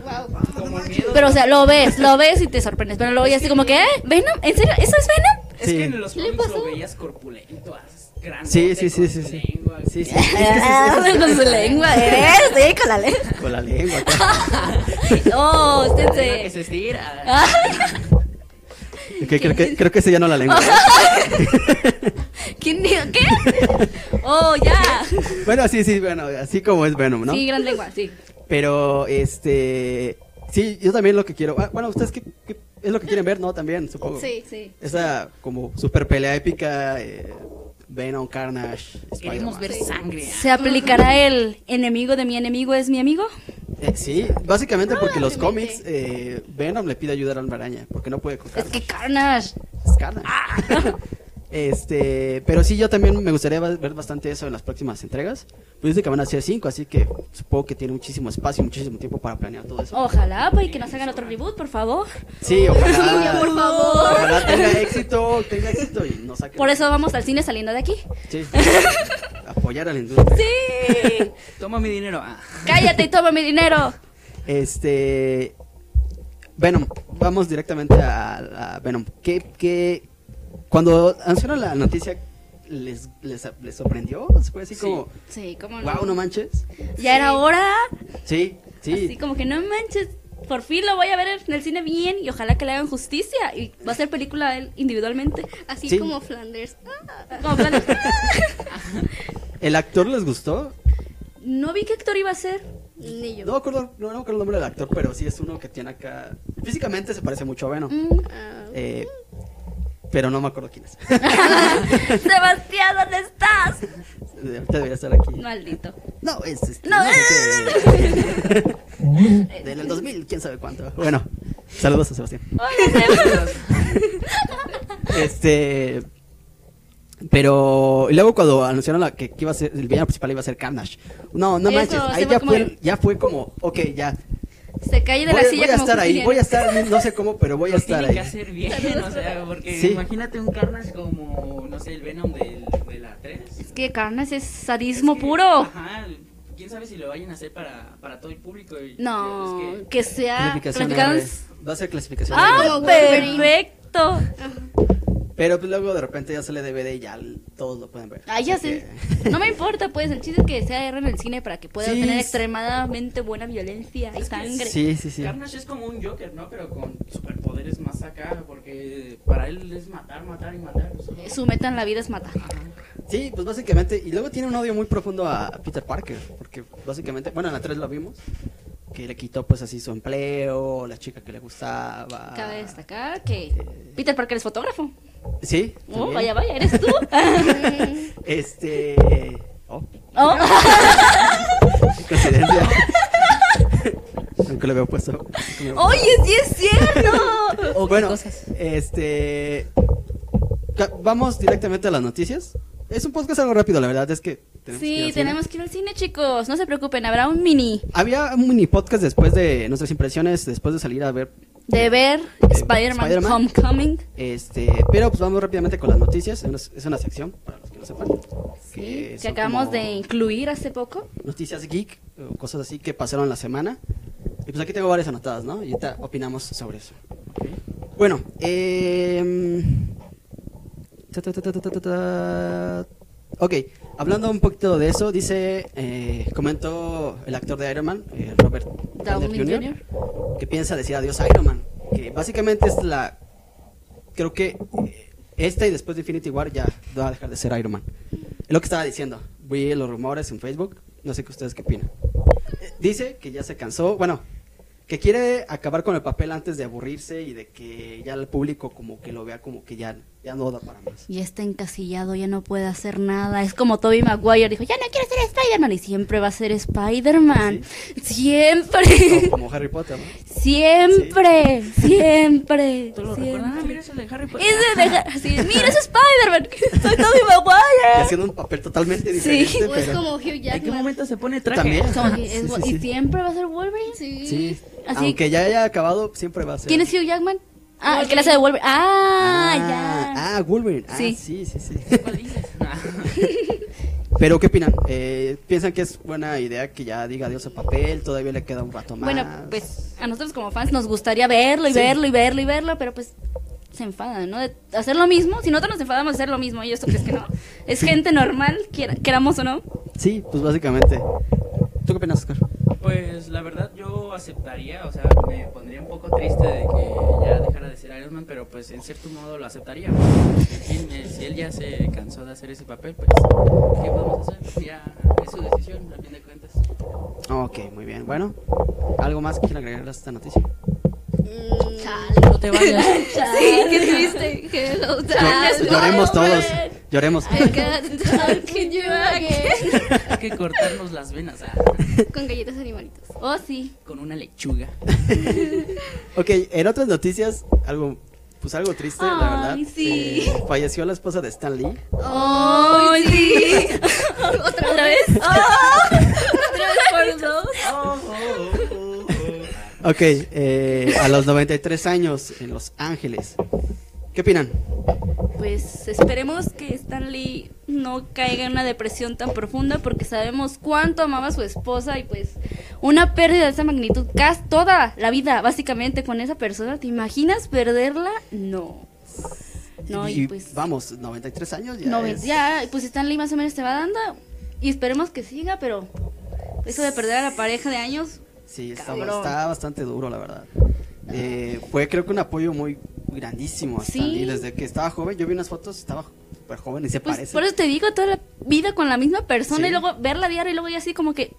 Speaker 4: Como miedo.
Speaker 3: Pero, o sea, lo ves, lo ves y te sorprendes. Pero luego ya así como que, ¿eh? ¿Venom? ¿En serio? ¿Eso es Venom?
Speaker 4: Es
Speaker 2: Sí.
Speaker 4: que en los
Speaker 5: ¿Qué le
Speaker 4: cómics
Speaker 5: pasó?
Speaker 4: lo veías corpulento, as- grandote,
Speaker 2: Sí, sí, sí,
Speaker 4: con
Speaker 2: sí.
Speaker 4: su
Speaker 2: Sí,
Speaker 4: lengua,
Speaker 2: sí. sí. Es que sí,
Speaker 3: Ah,
Speaker 2: sí, sí,
Speaker 3: con su lengua, ¿eh? Sí, con la lengua.
Speaker 2: Con la lengua. acá.
Speaker 3: Oh, usted
Speaker 4: la lengua que se
Speaker 3: se...
Speaker 4: estira.
Speaker 3: Ah,
Speaker 2: Que- Creo que, creo que se llenó la lengua.
Speaker 3: ¿Quién dijo qué? Oh, ya.
Speaker 2: bueno, sí, sí, bueno, así como es Venom, ¿no?
Speaker 3: Sí, gran lengua, sí.
Speaker 2: Pero, este... Sí, yo también lo que quiero... ah, Bueno, ¿ustedes qué, qué es lo que quieren ver, no? También, supongo.
Speaker 5: Sí.
Speaker 3: Sí.
Speaker 2: Esa como super pelea épica, eh, Venom, Carnage,
Speaker 4: Queremos
Speaker 2: Spider-Man.
Speaker 4: ver sangre.
Speaker 3: ¿Se aplicará el enemigo de mi enemigo es mi amigo?
Speaker 2: Eh, sí, básicamente porque los
Speaker 5: Probablemente.
Speaker 2: cómics, eh, Venom le pide ayuda a la araña, porque no puede con
Speaker 3: Es
Speaker 2: Carnage.
Speaker 3: que Carnage.
Speaker 2: Es Carnage. este, pero sí, yo también me gustaría va- ver bastante eso en las próximas entregas. Pues dice que van a ser cinco, así que supongo que tiene muchísimo espacio, muchísimo tiempo para planear todo eso.
Speaker 3: Ojalá, pues, y que nos hagan otro reboot, por favor.
Speaker 2: Sí, ojalá.
Speaker 5: por favor.
Speaker 2: Ojalá tenga éxito, tenga éxito y no saque.
Speaker 3: Por eso vamos al cine saliendo de aquí.
Speaker 2: Sí. Apoyar a la industria.
Speaker 3: Sí.
Speaker 4: Toma mi dinero. Ah.
Speaker 3: Cállate y toma mi dinero.
Speaker 2: Este. Venom, vamos directamente a, a Venom. ¿Qué, qué- cuando anunciaron la noticia, ¿les, les, les sorprendió? ¿Fue así
Speaker 4: Sí.
Speaker 2: como,
Speaker 3: Sí, cómo no.
Speaker 2: wow, no manches?
Speaker 3: Ya era hora.
Speaker 2: Sí,
Speaker 3: Así
Speaker 2: sí.
Speaker 3: como que no manches. Por fin lo voy a ver en el cine bien y ojalá que le hagan justicia. Y va a ser película él individualmente.
Speaker 5: Así
Speaker 2: Sí.
Speaker 5: como Flanders. Ah,
Speaker 3: Como plan,
Speaker 2: ¿El actor les gustó?
Speaker 3: no vi qué actor iba a ser.
Speaker 5: ni yo.
Speaker 2: No me acuerdo, no me acuerdo el nombre del actor, pero sí es uno que tiene acá. Físicamente se parece mucho a Venom.
Speaker 3: Mm.
Speaker 5: Ah,
Speaker 2: Eh, pero no me acuerdo quién es.
Speaker 3: Sebastián, ¿dónde estás?
Speaker 2: Ahorita debería estar aquí.
Speaker 3: Maldito.
Speaker 2: No, es. Este,
Speaker 3: No,
Speaker 2: sé qué. Del 2000, quién sabe cuánto. Bueno, saludos a Sebastián. Este. Pero. Y luego cuando anunciaron la, que, que iba a ser. El villano principal iba a ser Carnage. No, no
Speaker 3: Eso,
Speaker 2: manches.
Speaker 3: se
Speaker 2: Ahí
Speaker 3: fue
Speaker 2: ya
Speaker 3: como
Speaker 2: fue,
Speaker 3: de-
Speaker 2: ya fue como. Ok, ya.
Speaker 3: Se cae de
Speaker 2: Voy,
Speaker 3: la
Speaker 2: a-
Speaker 3: silla
Speaker 2: voy a
Speaker 3: como
Speaker 2: estar ahí.
Speaker 3: Julián. ¿eh?
Speaker 2: Voy a estar. No sé cómo, pero voy a
Speaker 4: Lo
Speaker 2: estar
Speaker 4: tienen que
Speaker 2: ahí.
Speaker 4: hacer bien, o sea, porque
Speaker 2: Sí.
Speaker 4: imagínate un Carnage como, no sé, el Venom del- de la 3.
Speaker 3: Es que Carnage es sadismo
Speaker 4: que,
Speaker 3: puro.
Speaker 4: Ajá, quién sabe si lo vayan a hacer para, para todo el público. y-
Speaker 3: No,
Speaker 4: es que-
Speaker 3: que sea
Speaker 2: Clasificación
Speaker 3: clasificado en-
Speaker 2: R. Va a ser clasificación R.
Speaker 3: ¡Ah,
Speaker 5: Como Wolverine.
Speaker 3: perfecto!
Speaker 2: Pero pues luego de repente ya sale DVD y ya l- todos lo pueden ver.
Speaker 3: Ay, Ah, ya
Speaker 2: Así
Speaker 3: sé.
Speaker 2: que-
Speaker 3: No me importa, pues. El chiste es que sea R en el cine para que pueda
Speaker 2: Sí,
Speaker 3: tener
Speaker 2: sí.
Speaker 3: extremadamente buena violencia y
Speaker 4: Es que
Speaker 3: sangre.
Speaker 2: Sí, sí, sí.
Speaker 4: Carnage es como un Joker, ¿no? Pero con superpoderes más acá, porque para él es matar, matar y matar. pues, solo-
Speaker 3: Su meta en la vida es matar.
Speaker 2: Sí, pues básicamente, y luego tiene un odio muy profundo a Peter Parker, porque básicamente, bueno, en la 3 lo vimos, que le quitó pues así su empleo, la chica que le gustaba.
Speaker 3: Cabe destacar que Peter Parker es fotógrafo.
Speaker 2: Sí.
Speaker 3: Oh,
Speaker 2: también.
Speaker 3: vaya, vaya, eres tú.
Speaker 2: Este... Oh,
Speaker 3: Oh.
Speaker 2: qué coincidencia. Nunca lo había puesto.
Speaker 3: ¡Oye, sí es cierto!
Speaker 2: O bueno, este... ca- Vamos directamente a las noticias. Es un podcast algo rápido, la verdad es que... tenemos que ir
Speaker 3: Sí,
Speaker 2: al cine.
Speaker 3: tenemos que ir al cine, chicos. No se preocupen, habrá un mini
Speaker 2: Había un mini podcast después de nuestras impresiones, después de salir a ver
Speaker 3: de ver Spider-Man
Speaker 2: Eh, Spider-Man.
Speaker 3: Homecoming.
Speaker 2: Este, pero pues vamos rápidamente con las noticias. Es una, es una sección, para los que no sepan.
Speaker 3: Sí, que
Speaker 2: son
Speaker 3: acabamos
Speaker 2: como
Speaker 3: de incluir hace poco.
Speaker 2: Noticias geek, o cosas así que pasaron la semana. Y pues aquí tengo varias anotadas, ¿no? Y ahorita opinamos sobre eso. Bueno, eh. ta, ta, ta, ta, ta, ta, ta, ta. Ok, hablando un poquito de eso, dice, eh, comentó el actor de Iron Man, eh, Robert
Speaker 3: Downey Jr.
Speaker 2: que piensa decir adiós a Iron Man, que básicamente es la, creo que eh, esta y después de Infinity War ya va a dejar de ser Iron Man. Es lo que estaba diciendo, vi los rumores en Facebook, no sé qué ustedes qué opinan. Eh, Dice que ya se cansó, bueno, que quiere acabar con el papel antes de aburrirse y de que ya el público como que lo vea como que ya, ya no da para más.
Speaker 3: Ya está encasillado, ya no puede hacer nada. Es como Toby Maguire dijo, ya no quiero ser Spider-Man. Y siempre va a ser Spider-Man.
Speaker 2: O
Speaker 3: Siempre.
Speaker 2: como Harry Potter, ¿no?
Speaker 3: Siempre. Siempre.
Speaker 4: ¿Tú lo recuerdas? Ah,
Speaker 3: siempre.
Speaker 4: mira, eso de Harry Potter.
Speaker 3: Es de dejar así, mira, es Spider-Man, soy Toby
Speaker 2: Y
Speaker 3: Maguire.
Speaker 2: haciendo un papel totalmente
Speaker 3: Sí. pues,
Speaker 2: diferente.
Speaker 5: O es
Speaker 2: pero-
Speaker 5: como Hugh
Speaker 4: ¿En qué
Speaker 5: Jackman.
Speaker 4: momento se pone traje?
Speaker 2: También.
Speaker 3: Como
Speaker 2: Sí,
Speaker 3: que es-
Speaker 2: sí,
Speaker 3: y
Speaker 2: sí.
Speaker 3: siempre va a ser Wolverine.
Speaker 5: Sí.
Speaker 2: Sí.
Speaker 3: Así-
Speaker 2: Aunque ya haya acabado, siempre va a ser.
Speaker 3: ¿Quién es Hugh Jackman? Ah, el que le hace de Wolverine. Ah, ya.
Speaker 2: Ah, ah, Wolverine. Ah,
Speaker 3: Sí.
Speaker 2: sí, sí, sí.
Speaker 4: ¿Cuál dices? Ah,
Speaker 2: Pero, ¿qué opinan? Eh, ¿Piensan que es buena idea que ya diga adiós al papel? Todavía le queda un rato más.
Speaker 3: Bueno, pues a nosotros como fans nos gustaría verlo y
Speaker 2: Sí.
Speaker 3: verlo y verlo y verlo, pero pues se enfadan, ¿no? De hacer lo mismo. Si nosotros nos enfadamos de hacer lo mismo, ¿y esto crees que no? Es gente normal, quiera- queramos o no.
Speaker 2: Sí, pues básicamente. ¿Tú qué opinas, Oscar?
Speaker 4: Pues la verdad yo aceptaría, o sea, me pondría un poco triste de que ya dejara de ser Iron Man, pero pues en cierto modo lo aceptaría. En fin, eh, si él ya se cansó de hacer ese papel, pues ¿qué podemos hacer? Ya es su decisión, a fin de cuentas.
Speaker 2: Ok, muy bien. Bueno, ¿algo más que quieran agregar a esta noticia?
Speaker 5: Chale.
Speaker 4: No te vayas.
Speaker 5: Sí, qué triste. Que lo
Speaker 3: Ah,
Speaker 2: Llor- lloremos todos. Lloremos.
Speaker 5: I can't talk to you again.
Speaker 4: Hay que cortarnos las venas ah,
Speaker 5: Con galletas animalitos.
Speaker 3: Oh, sí.
Speaker 4: con una lechuga.
Speaker 2: Ok, en otras noticias, algo. Pues algo triste, la verdad.
Speaker 3: Ay, sí.
Speaker 2: Eh, falleció la esposa de Stan Lee.
Speaker 3: Oh, sí. ¿Otra vez? Oh, ¿Otra vez por dos?
Speaker 4: Oh.
Speaker 2: Ok, eh, a los 93 años en Los Ángeles. ¿Qué opinan?
Speaker 3: Pues esperemos que Stanley no caiga en una depresión tan profunda porque sabemos cuánto amaba a su esposa y pues una pérdida de esa magnitud, casi toda la vida básicamente con esa persona, ¿te imaginas perderla? No. No, y, pues
Speaker 2: Vamos, 93 años ya.
Speaker 3: no,
Speaker 2: es-
Speaker 3: ya, pues Stanley más o menos te va dando y esperemos que siga, pero eso de perder a la pareja de años,
Speaker 2: Sí, está,
Speaker 3: Cabrón.
Speaker 2: está bastante duro, la verdad. Eh, fue creo que un apoyo muy grandísimo a Stan
Speaker 3: Sí.
Speaker 2: Lee. Desde que estaba joven, yo vi unas fotos, estaba súper joven y se
Speaker 3: pues
Speaker 2: parece.
Speaker 3: por eso te digo, toda la vida con la misma persona y
Speaker 2: Sí.
Speaker 3: luego verla diario y luego ya así como que,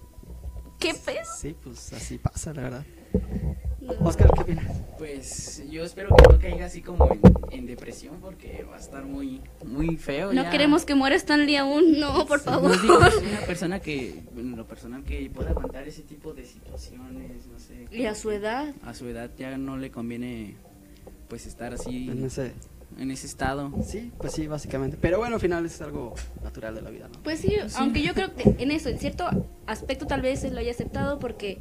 Speaker 3: ¿qué pedo?
Speaker 2: Sí, pues así pasa, la verdad. Oscar, ¿qué opinas?
Speaker 4: Pues yo espero que no caiga así como en, en depresión porque va a estar muy, muy feo.
Speaker 3: No
Speaker 4: ya.
Speaker 3: queremos que muera Stanley aún, no, por favor.
Speaker 4: No Pues digo, es una persona que, bueno, lo personal que pueda aguantar ese tipo de situaciones, no sé.
Speaker 3: Y a su edad,
Speaker 4: A su edad ya no le conviene, pues, estar así
Speaker 2: En ese-
Speaker 4: en ese estado.
Speaker 2: Sí, pues sí, básicamente. Pero bueno, al final es algo natural de la vida, ¿no?
Speaker 3: pues sí, aunque yo creo que en eso, en cierto aspecto tal vez él lo haya aceptado porque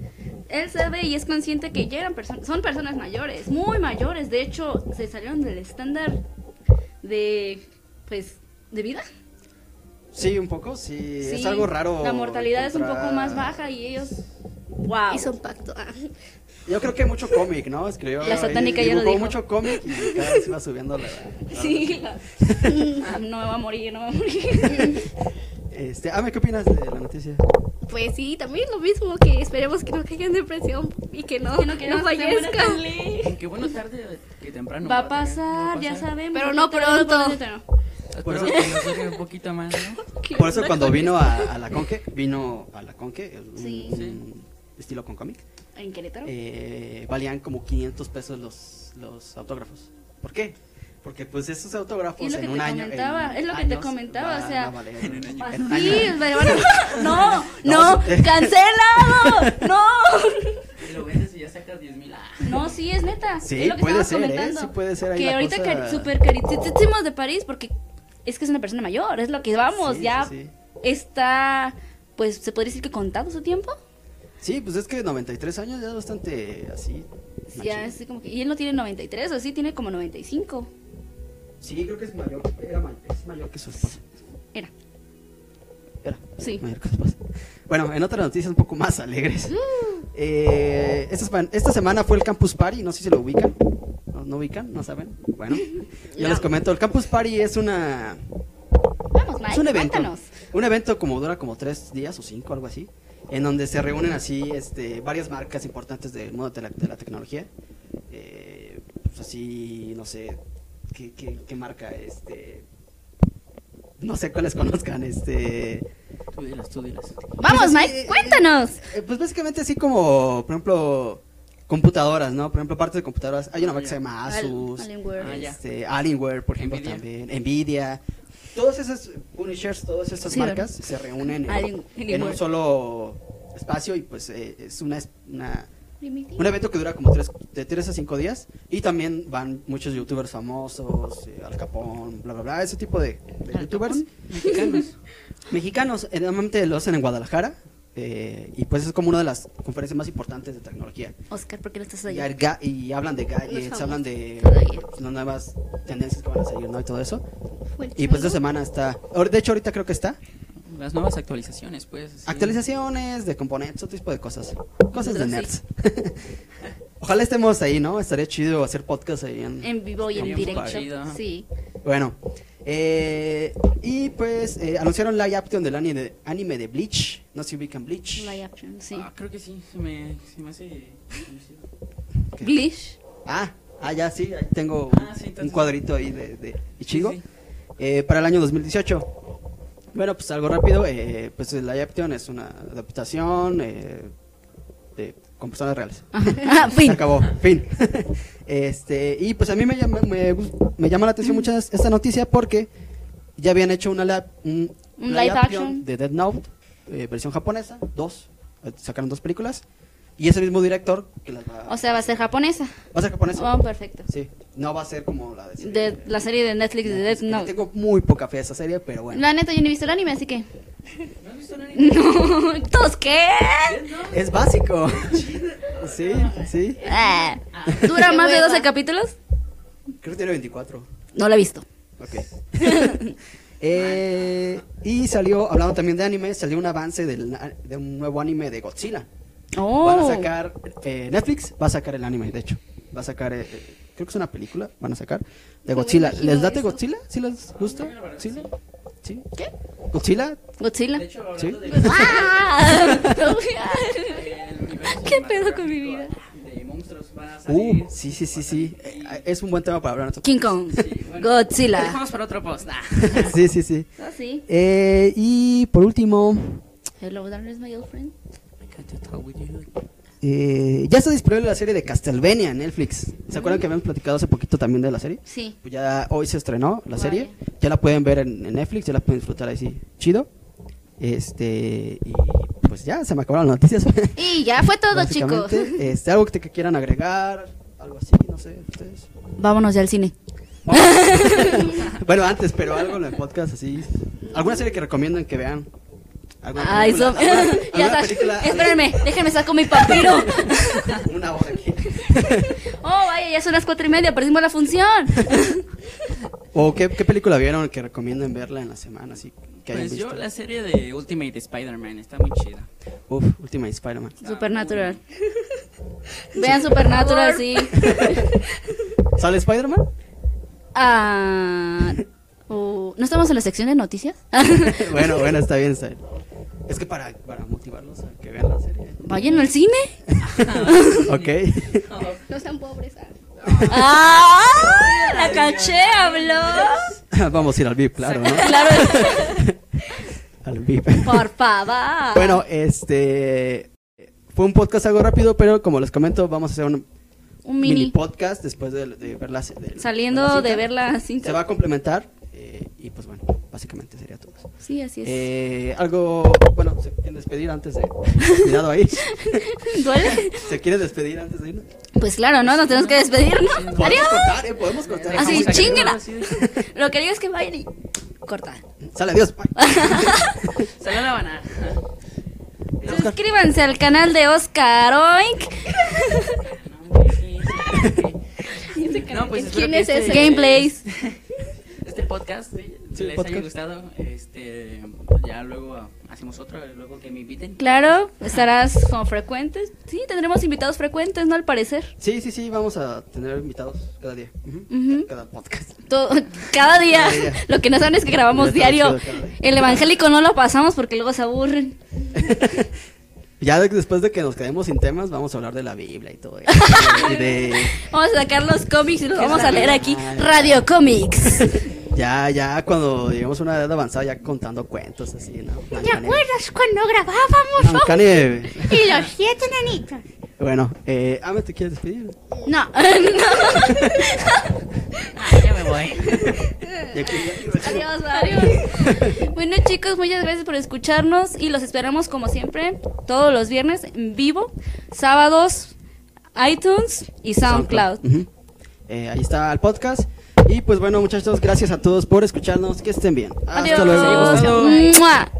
Speaker 3: él sabe y es consciente que ya eran personas, son personas mayores, muy mayores, de hecho se salieron del estándar de, pues, de vida.
Speaker 2: Sí, un poco, sí. es
Speaker 3: Sí,
Speaker 2: algo raro.
Speaker 3: La mortalidad es un poco
Speaker 2: encontrar-
Speaker 3: más baja y ellos, wow.
Speaker 5: Hizo un pacto. Ah.
Speaker 2: Yo creo que mucho cómic, ¿no? Escribió.
Speaker 3: La satánica
Speaker 2: y-
Speaker 3: ya lo
Speaker 2: dibujó
Speaker 3: dijo.
Speaker 2: mucho cómic y cada vez iba subiendo la. la-
Speaker 3: Sí, la- no me va a morir, no me va a morir.
Speaker 2: Este, Ame, ¿qué opinas de la noticia?
Speaker 5: Pues sí, también lo mismo que esperemos que no caiga en depresión y que no, no,
Speaker 3: queremos que se muera
Speaker 5: fallezca.
Speaker 3: Stanley.
Speaker 4: Aunque bueno, tarde que temprano.
Speaker 3: Va a pasar, ya sabemos.
Speaker 5: Pero no pronto.
Speaker 4: Por eso que nos deje un poquito más, ¿no?
Speaker 2: Por eso cuando vino a, a la Conque, vino a la Conque, un,
Speaker 3: Sí.
Speaker 2: un estilo con cómic,
Speaker 3: En Querétaro.
Speaker 2: eh, valían como 500 pesos los, los autógrafos. ¿por qué? Porque pues esos autógrafos
Speaker 3: Es lo que
Speaker 2: en
Speaker 3: te
Speaker 2: un año...
Speaker 3: comentaba,
Speaker 2: en
Speaker 3: es lo que te
Speaker 2: años,
Speaker 3: comentaba, o
Speaker 2: van
Speaker 3: sea,
Speaker 2: a valer- en un año.
Speaker 3: Así, pero bueno, no, no,
Speaker 2: No, sí.
Speaker 3: cancelado, no.
Speaker 4: Y lo vendes y ya sacas 10 mil. Ah,
Speaker 3: No, sí, es neta.
Speaker 2: Sí,
Speaker 3: es lo que
Speaker 2: puede
Speaker 3: estábamos
Speaker 2: ser, ¿eh?
Speaker 3: comentando,
Speaker 2: Sí puede ser ahí
Speaker 3: Que
Speaker 2: la
Speaker 3: ahorita
Speaker 2: cosa.
Speaker 3: cari- super caritísimos de París porque es que es una persona mayor, es lo que vamos,
Speaker 2: Sí,
Speaker 3: ya
Speaker 2: sí, sí.
Speaker 3: está, pues se podría decir que contado su tiempo.
Speaker 2: Sí, pues es que 93 años ya es bastante así.
Speaker 3: Ya,
Speaker 2: machín.
Speaker 3: así como que, y él no tiene 93, o sí tiene como 95.
Speaker 2: Sí, creo que es mayor, era mayor, es mayor que su esposa.
Speaker 3: Era,
Speaker 2: Era.
Speaker 3: sí.
Speaker 2: Mayor que su esposa. Bueno, en otras noticias un poco más alegres.
Speaker 3: Mm.
Speaker 2: Eh, esta, sema- esta semana fue el Campus Party, no sé si lo ubican. ¿No, no ubican? ¿No saben? Bueno, yo les comento, el Campus Party es una...
Speaker 3: Vamos, Mike,
Speaker 2: es un evento.
Speaker 3: cuéntanos.
Speaker 2: Un evento como dura como tres días o cinco, algo así, en donde se reúnen así este, varias marcas importantes del mundo de la, de la tecnología. Eh, pues así, no sé, ¿qué, qué, qué marca? Este, no sé cuáles conozcan. Este,
Speaker 4: Tú dilas, tú dilas.
Speaker 3: Vamos,
Speaker 2: Pues,
Speaker 3: Mike,
Speaker 2: eh,
Speaker 3: cuéntanos.
Speaker 2: eh, pues básicamente así como, por ejemplo, computadoras, ¿no? Por ejemplo, partes de computadoras. Hay una marca que se llama
Speaker 5: Al-
Speaker 2: Asus,
Speaker 5: Alienware.
Speaker 4: Ah,
Speaker 3: Pues,
Speaker 4: ya.
Speaker 2: este, Alienware, por ejemplo,
Speaker 4: Nvidia.
Speaker 2: también, Nvidia. Todas esas Punishers, todas esas
Speaker 5: Sí,
Speaker 2: marcas se reúnen en,
Speaker 3: Alien-
Speaker 2: en
Speaker 3: Alienware.
Speaker 2: un solo espacio y pues eh, es una, una-
Speaker 5: Primitiva.
Speaker 2: un evento que dura como tres, de tres a cinco días y también van muchos youtubers famosos, eh, Al Capón, bla, bla, bla, ese tipo de, de
Speaker 4: Al
Speaker 2: youtubers.
Speaker 4: Capón. Mexicanos.
Speaker 2: Mexicanos, eh, normalmente lo hacen en Guadalajara eh, y pues es como una de las conferencias más importantes de tecnología.
Speaker 3: Oscar, ¿por qué no estás
Speaker 2: Y,
Speaker 3: allá?
Speaker 2: al ga- y hablan de
Speaker 5: Los
Speaker 2: gadgets,
Speaker 5: famosos
Speaker 2: hablan de
Speaker 3: todavía.
Speaker 2: las nuevas tendencias que van a salir, ¿no? Y todo eso.
Speaker 5: Fue el
Speaker 2: Y pues esta
Speaker 5: chango.
Speaker 2: semana está, ahor- de hecho ahorita creo que está,
Speaker 4: Las nuevas actualizaciones, pues. sí.
Speaker 2: actualizaciones de componentes, otro tipo de cosas, cosas de
Speaker 3: Sí.
Speaker 2: nerds. Ojalá estemos ahí, ¿no? Estaría chido hacer podcast ahí en...
Speaker 3: En vivo y en
Speaker 4: Bien
Speaker 3: directo.
Speaker 4: chido.
Speaker 3: Sí.
Speaker 2: Bueno, eh, y pues eh, anunciaron live action del anime de, anime de Bleach, no sé si ubican Bleach.
Speaker 3: Live action, sí.
Speaker 4: Ah, creo que sí, se me, se me hace. conocido.
Speaker 2: ¿Qué?
Speaker 3: Bleach.
Speaker 2: Ah, ah, ya sí, ahí tengo un-
Speaker 4: Ah, sí, entonces-
Speaker 2: un cuadrito ahí de, de Ichigo.
Speaker 4: Sí, sí.
Speaker 2: eh, para el año 2018. Bueno, pues algo rápido, eh, pues el live action es una adaptación eh, de, con personas reales.
Speaker 3: Ah,
Speaker 2: Se
Speaker 3: fin.
Speaker 2: acabó, fin. este, y pues a mí me llama, me, gus- me llama la atención mucho esta noticia porque ya habían hecho una lab- un,
Speaker 3: Un live action.
Speaker 2: de Dead Note, eh, versión japonesa, dos, eh, sacaron dos películas, y es el mismo director que las va,
Speaker 3: O sea, va a ser japonesa.
Speaker 2: va a ser japonesa.
Speaker 3: Oh, perfecto.
Speaker 2: Sí, no va a ser como la de...
Speaker 3: De la serie de Netflix de Death
Speaker 2: No,
Speaker 3: Note.
Speaker 2: Tengo muy poca fe a esa serie, pero bueno.
Speaker 3: La neta, yo no he visto el anime, así que.
Speaker 4: ¿No has visto nada?
Speaker 3: No, ¿todos qué?
Speaker 2: Es básico. Sí, sí.
Speaker 3: Ah, ¿Dura
Speaker 5: Qué
Speaker 3: más de
Speaker 5: hueva.
Speaker 3: 12 capítulos?
Speaker 2: Creo que tiene 24.
Speaker 3: No la he visto.
Speaker 2: Ok. Eh, y salió, hablando también de anime, salió un avance del, de un nuevo anime de Godzilla.
Speaker 3: Oh.
Speaker 2: Van a sacar, eh, Netflix va a sacar el anime, de hecho. Va a sacar, eh, eh, creo que es una película, van a sacar, de
Speaker 5: No me
Speaker 2: Godzilla.
Speaker 5: imagino
Speaker 2: ¿Les date
Speaker 5: eso.
Speaker 2: Godzilla? ¿Sí les gusta? ¿Sí? ¿Sí? ¿Qué? ¿Godzilla?
Speaker 3: Godzilla.
Speaker 4: De hecho,
Speaker 2: Sí.
Speaker 4: hablando de.
Speaker 3: Ah.
Speaker 4: el universo
Speaker 3: ¿Qué pedo con mi vida?
Speaker 4: cinematográfico De monstruos van a salir.
Speaker 2: Uh, sí, sí, sí, sí. Eh, eh, es un buen tema para hablar. nosotros.
Speaker 3: King Kong.
Speaker 4: Sí, bueno. Lo
Speaker 3: Godzilla.
Speaker 4: dejamos para otro post. Ah. nah.
Speaker 2: sí, sí, sí.
Speaker 3: Ah, sí.
Speaker 2: Eh, y por último,
Speaker 3: Hello, darkness, my old friend.
Speaker 2: Eh, ya está disponible la serie de Castlevania en Netflix. ¿Se acuerdan que habíamos platicado hace poquito también de la serie?
Speaker 3: Sí.
Speaker 2: Pues ya hoy se estrenó la
Speaker 3: Vaya.
Speaker 2: serie. Ya la pueden ver en, en Netflix, ya la pueden disfrutar así. Chido. Este, y pues ya se me acabaron las noticias.
Speaker 3: Y ya fue todo, chicos.
Speaker 2: Básicamente, Este, algo que, te- que quieran agregar, algo así, no sé, ustedes.
Speaker 3: Vámonos ya al cine.
Speaker 2: bueno, antes, pero algo en el podcast así. ¿Alguna serie que recomiendan que vean? ¿Alguna
Speaker 3: Ay,
Speaker 2: película?
Speaker 3: son...
Speaker 2: ¿Alguna-
Speaker 3: ya
Speaker 2: alguna
Speaker 3: está.
Speaker 2: película?
Speaker 3: Espérenme, déjenme saco mi papiro.
Speaker 2: Una hora aquí.
Speaker 3: Oh, vaya, ya son las cuatro y media, perdimos la función.
Speaker 2: ¿O qué, qué película vieron que recomienden verla en la semana? Así que hayan
Speaker 4: Pues yo,
Speaker 2: visto?
Speaker 4: la serie de Ultimate Spider-Man está muy chida.
Speaker 2: Uf, última de Spider-Man.
Speaker 3: Supernatural. Vean Supernatural, sí.
Speaker 2: ¿Sale Spider-Man?
Speaker 3: Ah, oh, ¿No estamos en la sección de noticias?
Speaker 2: bueno, bueno, está bien, está bien. Es que para, para motivarlos a que vean la serie.
Speaker 3: Vayan al cine.
Speaker 4: Ah,
Speaker 2: ok.
Speaker 5: No sean pobres. ah.
Speaker 3: ¡Ah! La caché, habló.
Speaker 2: Vamos a ir al VIP, claro, ¿no?
Speaker 3: Claro.
Speaker 2: Al VIP.
Speaker 3: Por favor.
Speaker 2: bueno, este. Fue un podcast algo rápido, pero como les comento, vamos a hacer un
Speaker 3: un
Speaker 2: mini,
Speaker 3: mini.
Speaker 2: podcast después de, de ver la se- de-
Speaker 3: Saliendo de
Speaker 2: cita.
Speaker 3: ver la
Speaker 2: Se va
Speaker 3: cinta.
Speaker 2: a complementar eh, y pues bueno, básicamente sería todo. eso.
Speaker 3: Sí, así es.
Speaker 2: Eh, algo, bueno, se quieren despedir antes de... Cuidado ahí.
Speaker 3: ¿Duele?
Speaker 2: ¿Se quieren despedir antes de irnos?
Speaker 3: Pues claro, ¿no? Nos tenemos que despedir, ¿no?
Speaker 2: Podemos
Speaker 3: Adiós. Ah,
Speaker 2: cortar, eh, podemos cortar.
Speaker 3: Así,
Speaker 2: Vamos a-
Speaker 3: ching. chinguen. Lo que digo es que vayan y cortan.
Speaker 2: Sale, adiós. Bye.
Speaker 4: Salió la ah, banana.
Speaker 3: Suscríbanse al canal de Oscar Oink.
Speaker 4: No, pues espero
Speaker 5: ¿Quién
Speaker 4: que
Speaker 5: es
Speaker 4: este-
Speaker 5: ese?
Speaker 3: Gameplays.
Speaker 4: Este podcast eh,
Speaker 2: Sí,
Speaker 4: les haya
Speaker 2: podcast.
Speaker 4: gustado. Este, ya luego ah, hacemos otro, eh, luego que me inviten.
Speaker 3: Claro, estarás como frecuentes. Sí, tendremos invitados frecuentes, ¿no? Al parecer.
Speaker 2: Sí, sí, sí, vamos a tener invitados cada día. Ujú.
Speaker 3: Ujú.
Speaker 2: Cada podcast.
Speaker 3: Todo- cada día.
Speaker 2: Cada día.
Speaker 3: Lo que no saben es que grabamos
Speaker 2: Hubiera estado
Speaker 3: diario.
Speaker 2: chido cada día.
Speaker 3: El evangélico no lo pasamos porque luego se aburren.
Speaker 2: ya de- después de que nos quedemos sin temas, vamos a hablar de la Biblia y todo eso. y de...
Speaker 3: Vamos a sacar los cómics y los vamos a leer aquí.
Speaker 2: Ay.
Speaker 3: Radio Comics.
Speaker 2: Ya, ya, cuando lleguemos a una edad avanzada, ya contando cuentos así, ¿no?
Speaker 6: ¿Te acuerdas cuando grabábamos
Speaker 2: Blancane-
Speaker 6: y los siete nanitos?
Speaker 2: Bueno, eh, Ame, ¿te quieres despedir?
Speaker 3: No, no.
Speaker 4: Ah, ya me voy.
Speaker 2: Ya que-
Speaker 5: Adiós,
Speaker 3: Adiós. bueno, chicos, muchas gracias por escucharnos y los esperamos como siempre todos los viernes en vivo, sábados, iTunes y SoundCloud.
Speaker 2: Ujú. Eh, ahí está el podcast. Y pues bueno, muchachos, gracias a todos por escucharnos. Que estén bien. Hasta
Speaker 3: Adiós.
Speaker 2: luego.
Speaker 4: Adiós.
Speaker 3: Mua.